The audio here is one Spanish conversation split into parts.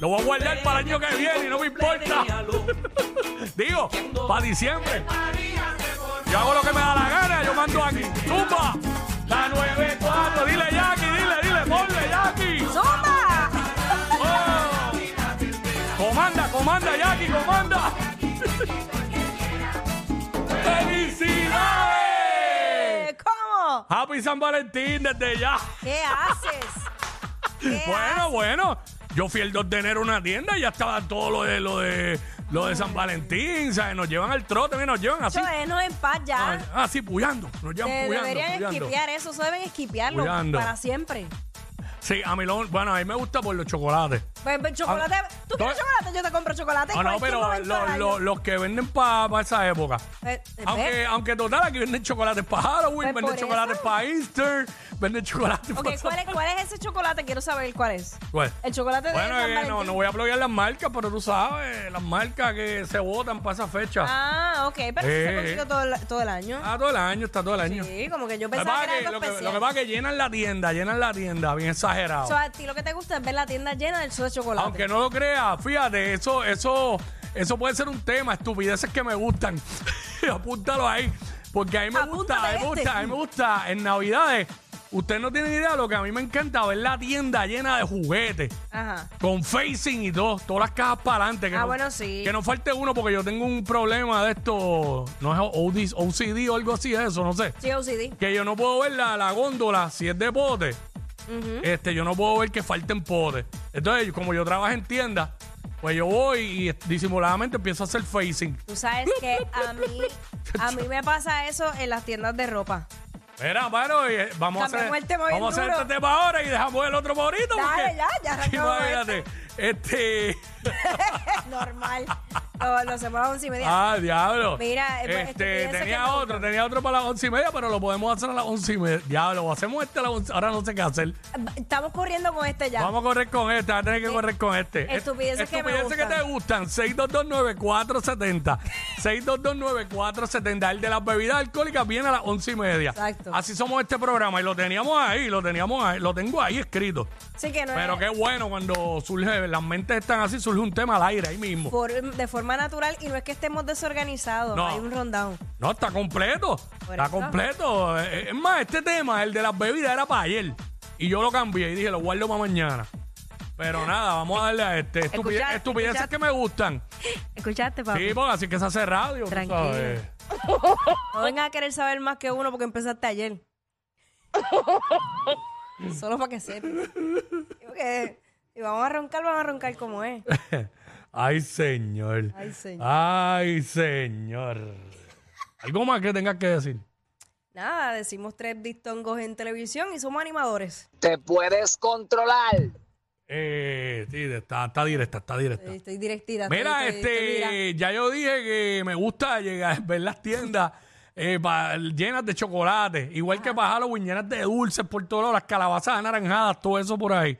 Lo voy a guardar para el año que viene y no me importa. Digo, para diciembre. Yo hago lo que me da la gana, yo mando aquí. ¡Zumba! La 94, dile Jackie, dile, dile, ponle Jackie. ¡Zumba! ¡Oh! Comanda, comanda, Jackie, comanda. ¡Felicidades! Eh, ¿Cómo? Happy San Valentín desde ya. ¿Qué haces? ¿Qué Bueno, haces? bueno. Yo fui el 2 de enero a una tienda y ya estaba todo lo de lo de lo de San Valentín, ¿sabes? Nos llevan al trote, mira, nos llevan así. ah, Eso es, no en paz ya. Así puyando, nos llevan Te puyando, deberían puyando. esquipear eso, eso deben esquipearlo Pullando. para siempre. Sí, a mí lo, bueno, a mí me gusta por los chocolates. Pues, pues, chocolate, ¿tú quieres no- chocolate? Yo te compro chocolate. en Ah, no, cualquier pero momento del lo- año. lo- Ah, los que venden para esa época. Eh, eh, Aunque, ¿ves? aunque total, aquí venden chocolates para Halloween, Pues venden por chocolates eso. para Easter, venden chocolates Ok, para... ¿cuál es, ¿cuál es ese chocolate? Quiero saber cuál es. ¿Cuál? El chocolate de Bueno, San eh, no, Valentín. no voy a ploguear las marcas, pero tú sabes, las marcas que se votan para esa fecha. Ah, ok, pero eso Eh. se consigue todo el, todo el año. Ah, todo el año, está todo el año. sí, como que yo Lo que pasa pensaba es que era que- algo lo, que, especial. lo que pasa es que llenan la tienda, llenan la tienda, bien exagerado. O sea, a ti lo que te gusta es ver la tienda llena del show de chocolate. Aunque no lo creas, fíjate, eso, eso, eso puede ser un tema, estupideces que me gustan. Apúntalo ahí. Porque a mí me gusta, Apúntate a mí me este. gusta, a mí me gusta en Navidades. Ustedes no tienen idea lo que a mí me encanta ver la tienda llena de juguetes. Ajá. Con facing y todo, todas las cajas para adelante. que Ah, bueno, sí. Que no falte uno porque yo tengo un problema de esto, no es OD OCD o algo así, eso, no sé. Sí, OCD. Que yo no puedo ver la, la góndola si es de pote. Este, yo no puedo ver que falten potes. Entonces, como yo trabajo en tienda, pues yo voy y disimuladamente empiezo a hacer facing. Tú sabes que a mí, a mí me pasa eso en las tiendas de ropa. Mira, bueno, y, eh, vamos a hacer, Cambiamos el tema bien vamos a hacer duro. este tema ahora y dejamos el otro bonito. Dale, porque- ya, ya arrancamos Imagínate, este... Normal. Lo, lo hacemos a las once y media. Ah, diablo. Mira, eh, pues, este, estupideces que tenía no- otro, tenía otro para las once y media, pero lo podemos hacer a las once y media. Diablo, hacemos este a las once, ahora no sé qué hacer. Estamos corriendo con este ya. Vamos a correr con este, vas a tener que correr con este. Estupideces que me Estupideces que te gustan. 6229470. 6229470. El de las bebidas alcohólicas viene a las once y media. Exacto. Así somos este programa y lo teníamos ahí, lo teníamos ahí, lo tengo ahí escrito. Así que no Pero es qué bueno cuando surge, las mentes están así, surge un tema al aire ahí mismo. por- de forma natural y no es que estemos desorganizados. No. Hay un rondado. No, está completo. Por Está eso. completo. Eh, Es más, este tema, el de las bebidas, era para ayer. Y yo lo cambié y dije, lo guardo para mañana. Pero nada, vamos a darle a este. Estupide- Escuchá, estupideces escuchá. que me gustan. ¿Escuchaste, papi? Sí, porque así que se hace radio. tú Ah. Tranquilo. sabes. No vengas a querer saber más que uno porque empezaste ayer. Solo para que sepas. Digo que- Y vamos a roncar, vamos a roncar como es. Ay, señor. Ay, señor. Ay, señor. ¿Algo más que tengas que decir? Nada, decimos tres distongos en televisión y somos animadores. Te puedes controlar. Eh, sí, está, está directa, está directa. Eh, Estoy directita. estoy- Mira, estoy- estoy mira. este, ya yo dije que me gusta llegar, ver las tiendas eh, pa- llenas de chocolate, igual que para Halloween, llenas de dulces por todos lados, las calabazas anaranjadas, todo eso por ahí.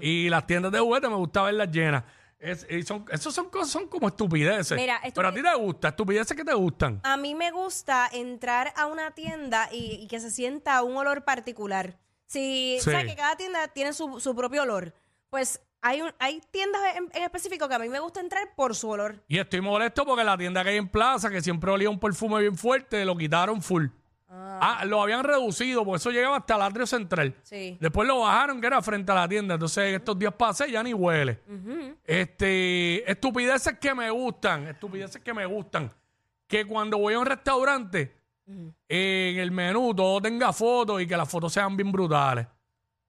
Y las tiendas de juguetes me gusta verlas llenas. Es, y son, esos son cosas, son como estupideces. Mira, Pero a ti te gusta, estupideces que te gustan. A mí me gusta entrar a una tienda y, y que se sienta un olor particular. Si, Sí. O sea, que cada tienda tiene su, su propio olor. Pues hay, un- hay tiendas en, en específico que a mí me gusta entrar por su olor. Y estoy molesto porque la tienda que hay en Plaza, que siempre olía un perfume bien fuerte, lo quitaron full. Ah. lo habían reducido, por eso llegaba hasta el atrio central. Sí. Después lo bajaron, que era frente a la tienda. Entonces, estos días pasé, ya ni huele. Este, estupideces que me gustan, estupideces que me gustan. Que cuando voy a un restaurante, eh, en el menú todo tenga fotos y que las fotos sean bien brutales.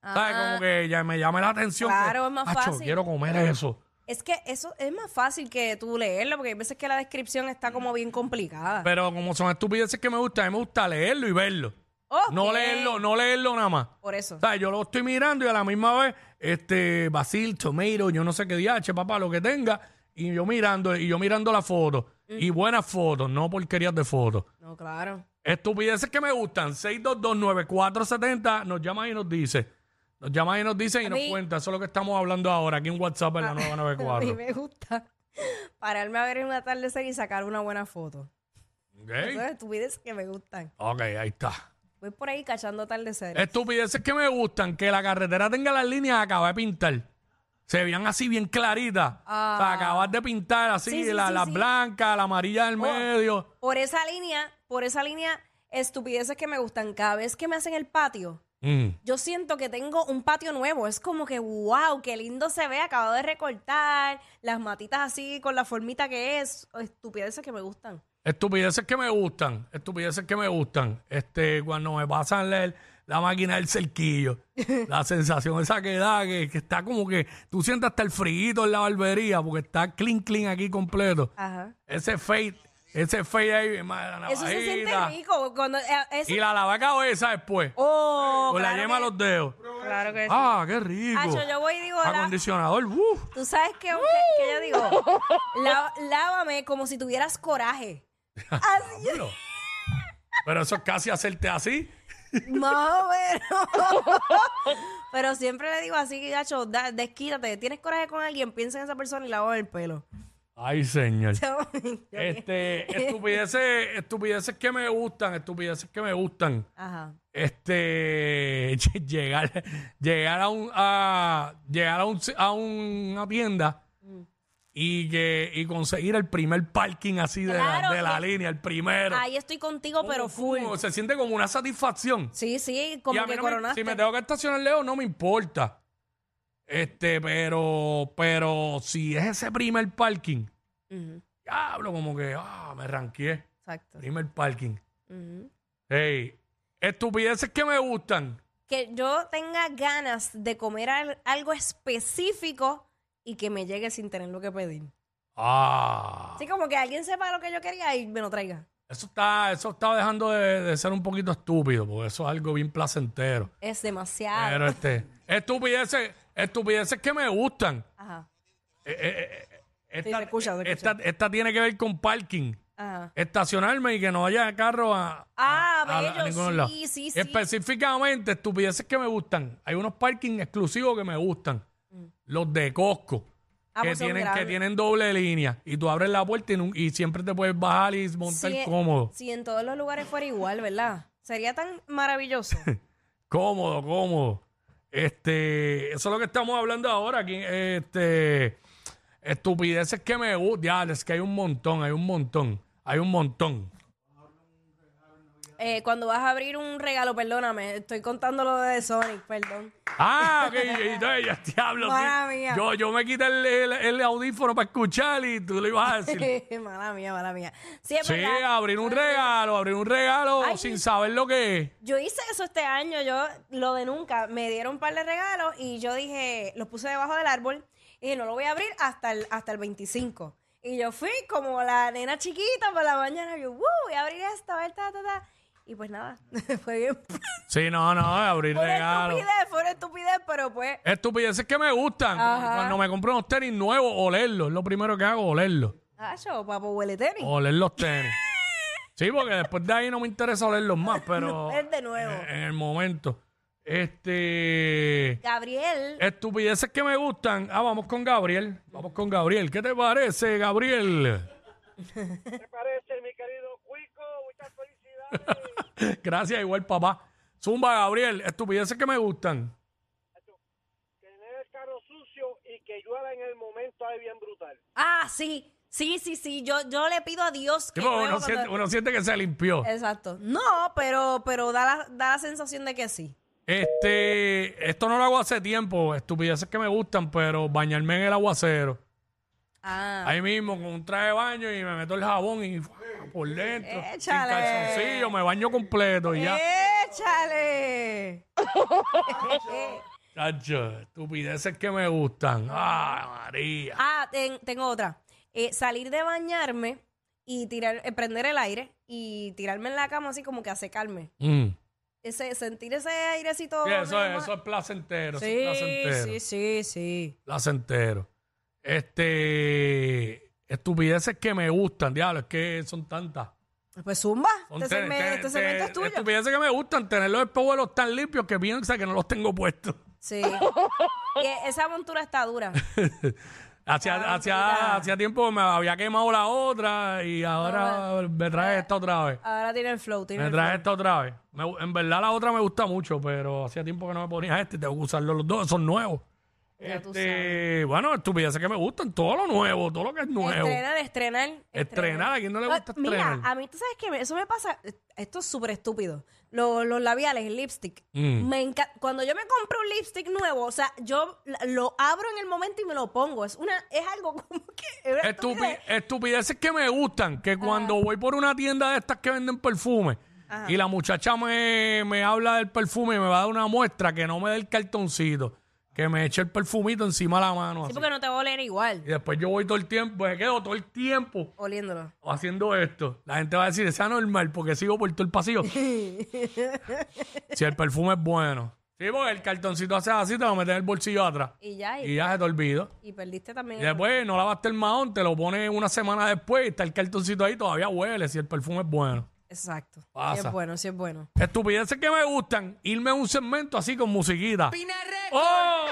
¿Sabes? Como que ya me llame la atención. que, Ah. Claro, es más "Acho, fácil". quiero comer eso. Es que eso es más fácil que tú leerlo, porque hay veces que la descripción está como bien complicada. Mm. Pero como son estupideces que me gustan, a mí me gusta leerlo y verlo. Ok. No leerlo, no leerlo nada más. Por eso. O sea, yo lo estoy mirando y a la misma vez, este, basil, tomato, yo no sé qué diache, papá, lo que tenga, y yo mirando, y yo mirando la foto, Mm. y buenas fotos, no porquerías de fotos. No, claro. Estupideces que me gustan. 6229470 nos llama y nos dice. Nos llama y nos dice y A nos mí- Ah. cuenta. Eso es lo que estamos hablando ahora aquí en WhatsApp en la A mí 994. me gusta pararme a ver en una tarde y sacar una buena foto. Esas ¿Ok? son estupideces que me gustan. Ok, ahí está. Voy por ahí cachando Eh. atardeceres. Estupideces que me gustan. Que la carretera tenga las líneas, acaba de pintar. Se veían así bien claritas. Ah. O sea, acabas de pintar así Sí, sí, la- sí, las sí. Oh. blancas, la amarilla del medio. Por esa línea, por esa línea, estupideces que me gustan. Cada vez que me hacen el patio, Mm. yo siento que tengo un patio nuevo. Es como que, wow, qué lindo se ve. Acabo de recortar las matitas así con la formita que es. Estupideces que me gustan. Estupideces que me gustan, estupideces que me gustan. Este, cuando me pasan la, la máquina del cerquillo, la sensación esa que da, que, que está como que tú sientes hasta el frío en la barbería, porque está clean, clean aquí completo. Ajá. Ese fade, ese fade ahí, madre, la Eso se siente navajita. rico. Cuando, eh, eso- Y la lava de cabeza después, oh, con la claro yema que- a los dedos. Claro que sí. Ah, qué rico. Acho, yo voy y digo, la- Acondicionador, ¡uh! tú sabes que, aunque- que yo digo, "Lá- lávame como si tuvieras coraje. Así, Pero, pero eso es casi hacerte así. más o menos. Pero siempre le digo así, gacho, da- desquítate. Tienes coraje con alguien, piensa en esa persona y lávame el pelo. Ay, señor. Este, estupideces, estupideces que me gustan, estupideces que me gustan. Ajá. Este, llegar, llegar a un, a, llegar a un, a una tienda Mm. y que, y conseguir el primer parking así de, la- Claro, de la y- línea, el primero. Ahí estoy contigo, pero Como- full. como- se siente como una satisfacción. Sí, sí, Y como a mí que no me- coronaste. si me tengo que estacionar lejos, no me importa. Este, pero, pero si es ese primer parking, Ujú, diablo, como que, ah, me ranqué. Exacto. Primer parking. Ujú. Ey, estupideces que me gustan. Que yo tenga ganas de comer al- algo específico y que me llegue sin tener lo que pedir. Ah. Así como que alguien sepa lo que yo quería y me lo traiga. Eso está, eso está dejando de, de ser un poquito estúpido, porque eso es algo bien placentero. Es demasiado. Pero este, estupideces, estupideces que me gustan. Ajá, Eh, eh, eh, esta, Sí, se escucha, se esta- esta tiene que ver con parking. ajá. Estacionarme y que no haya carro a, Ah, a- a- a bello, ningún sí, lado. sí, sí. Específicamente, estupideces que me gustan. Hay unos parking exclusivos que me gustan. Los de Costco. Mm. Ah, que, pues son tienen, que grandes. tienen doble línea. Y tú abres la puerta y, nun- y siempre te puedes bajar y montar Si- cómodo. Si en todos los lugares fuera igual, ¿verdad? Sería tan maravilloso. Cómodo, cómodo. Este, eso es lo que estamos hablando ahora aquí. Este, estupideces que me gustan. Es que hay un montón, hay un montón, hay un montón. Eh, cuando vas a abrir un regalo, perdóname, estoy contando lo de Sonic, perdón. Ah, que ya te hablo. sí. Mala mía. Yo, yo me quité el, el- el audífono para escuchar y tú le ibas a decir. mala mía, mala mía. Sí, es sí, verdad. abrir un regalo, abrir un regalo Ay, sin mi- saber lo que es. Yo hice eso este año, yo lo de nunca. Me dieron un par de regalos y yo dije, los puse debajo del árbol y dije, no lo voy a abrir hasta el, hasta el 25. Y yo fui como la nena chiquita por la mañana, yo, "Woo, voy a abrir esto, a ver, ta, ta, ta". Y pues nada, fue bien. Sí, no, no, abrir Fue una regalo. estupidez, fue una estupidez, pero pues Estupideces que me gustan. Ajá. Cuando me compro unos tenis nuevos, olerlos. Es lo primero que hago, olerlos. Acho, papo huele tenis. Oler los tenis. Sí, porque después de ahí no me interesa olerlos más, pero. es de nuevo. eh, En el momento. Este. Gabriel, Estupideces que me gustan. Ah, vamos con Gabriel. Vamos con Gabriel. ¿Qué te parece, Gabriel? ¿Qué parece, mi querido Cuico? Muchas felicidades. Gracias, igual, papá. Zumba, Gabriel. Estupideces que me gustan. Tener el carro sucio y que llueva en el momento es bien brutal. ah, sí, sí, sí, sí, yo, yo le pido a Dios que... Sí, porque llueva uno, cuando- siente, uno siente que se limpió. Exacto. No, pero, pero da, la, da la sensación de que sí. Este, esto no lo hago hace tiempo. Estupideces que me gustan, pero bañarme en el aguacero. Ah, Ahí mismo con un traje de baño y me meto el jabón y ¡fua! por dentro. Sin Échale. Eh. calzoncillo, me baño completo y pues ya. échale. Eh, Chacho, estupideces que me gustan. Ah, María. ah, ten- tengo otra. Eh, salir de bañarme y tirar, eh, prender el aire y tirarme en la cama así como que a secarme. Mm. Ese, sentir ese airecito. Sí, eso, nada es, más. eso es placentero. eso es Sí, placentero. sí, sí, sí. Placentero. Este, Estupideces que me gustan, diablo, es que son tantas. Pues zumba, Son este te- segmento, te- este segmento te- es tuyo. Estupideces que me gustan, tener los espejuelos tan limpios que piensa que no los tengo puestos. Sí. Y e- esa montura está dura. Hacia, hacia, mira. hacia tiempo me había quemado la otra y ahora me eh, trae esta otra vez. Ahora tiene el flow, tiene Me el traje flow. esta otra vez. Me gu- en verdad la otra me gusta mucho, pero hacía tiempo que no me ponía este. Tengo que usarlo los dos, son nuevos. Ya tú Este, bueno, estupideces que me gustan, todo lo nuevo, todo lo que es Este nuevo. Estrenar, estrenar. Estrenar, ¿a quién no le Ah, gusta estrenar? Mira, a mí tú sabes que eso me pasa, esto es súper estúpido. Los, los labiales, el lipstick. Mm. Me enca- Cuando yo me compro un lipstick nuevo, o sea, yo la- lo abro en el momento y me lo pongo. Es una, es algo como que. es una Estupi- estupidez. estupideces que me gustan, que cuando voy por una tienda de estas que venden perfume y la muchacha me, me habla del perfume y me va a dar una muestra que no me dé el cartoncito, que me eche el perfumito encima de la mano. Sí, así. porque no te va a oler igual Y después yo voy todo el tiempo, me quedo todo el tiempo oliéndolo. haciendo esto, la gente va a decir, es anormal porque sigo por todo el pasillo. si el perfume es bueno. Sí, porque el cartoncito hace así, te lo metes en el bolsillo atrás. Y ya, y, Y ya se te olvidó. y perdiste también. Y el- después no lavaste el mahón, te lo pones una semana después y está el cartoncito ahí, todavía huele si el perfume es bueno. Exacto. Sí Pasa. es bueno, sí es bueno. Estupideces que me gustan, irme a un segmento así con musiquita. ¡Oh!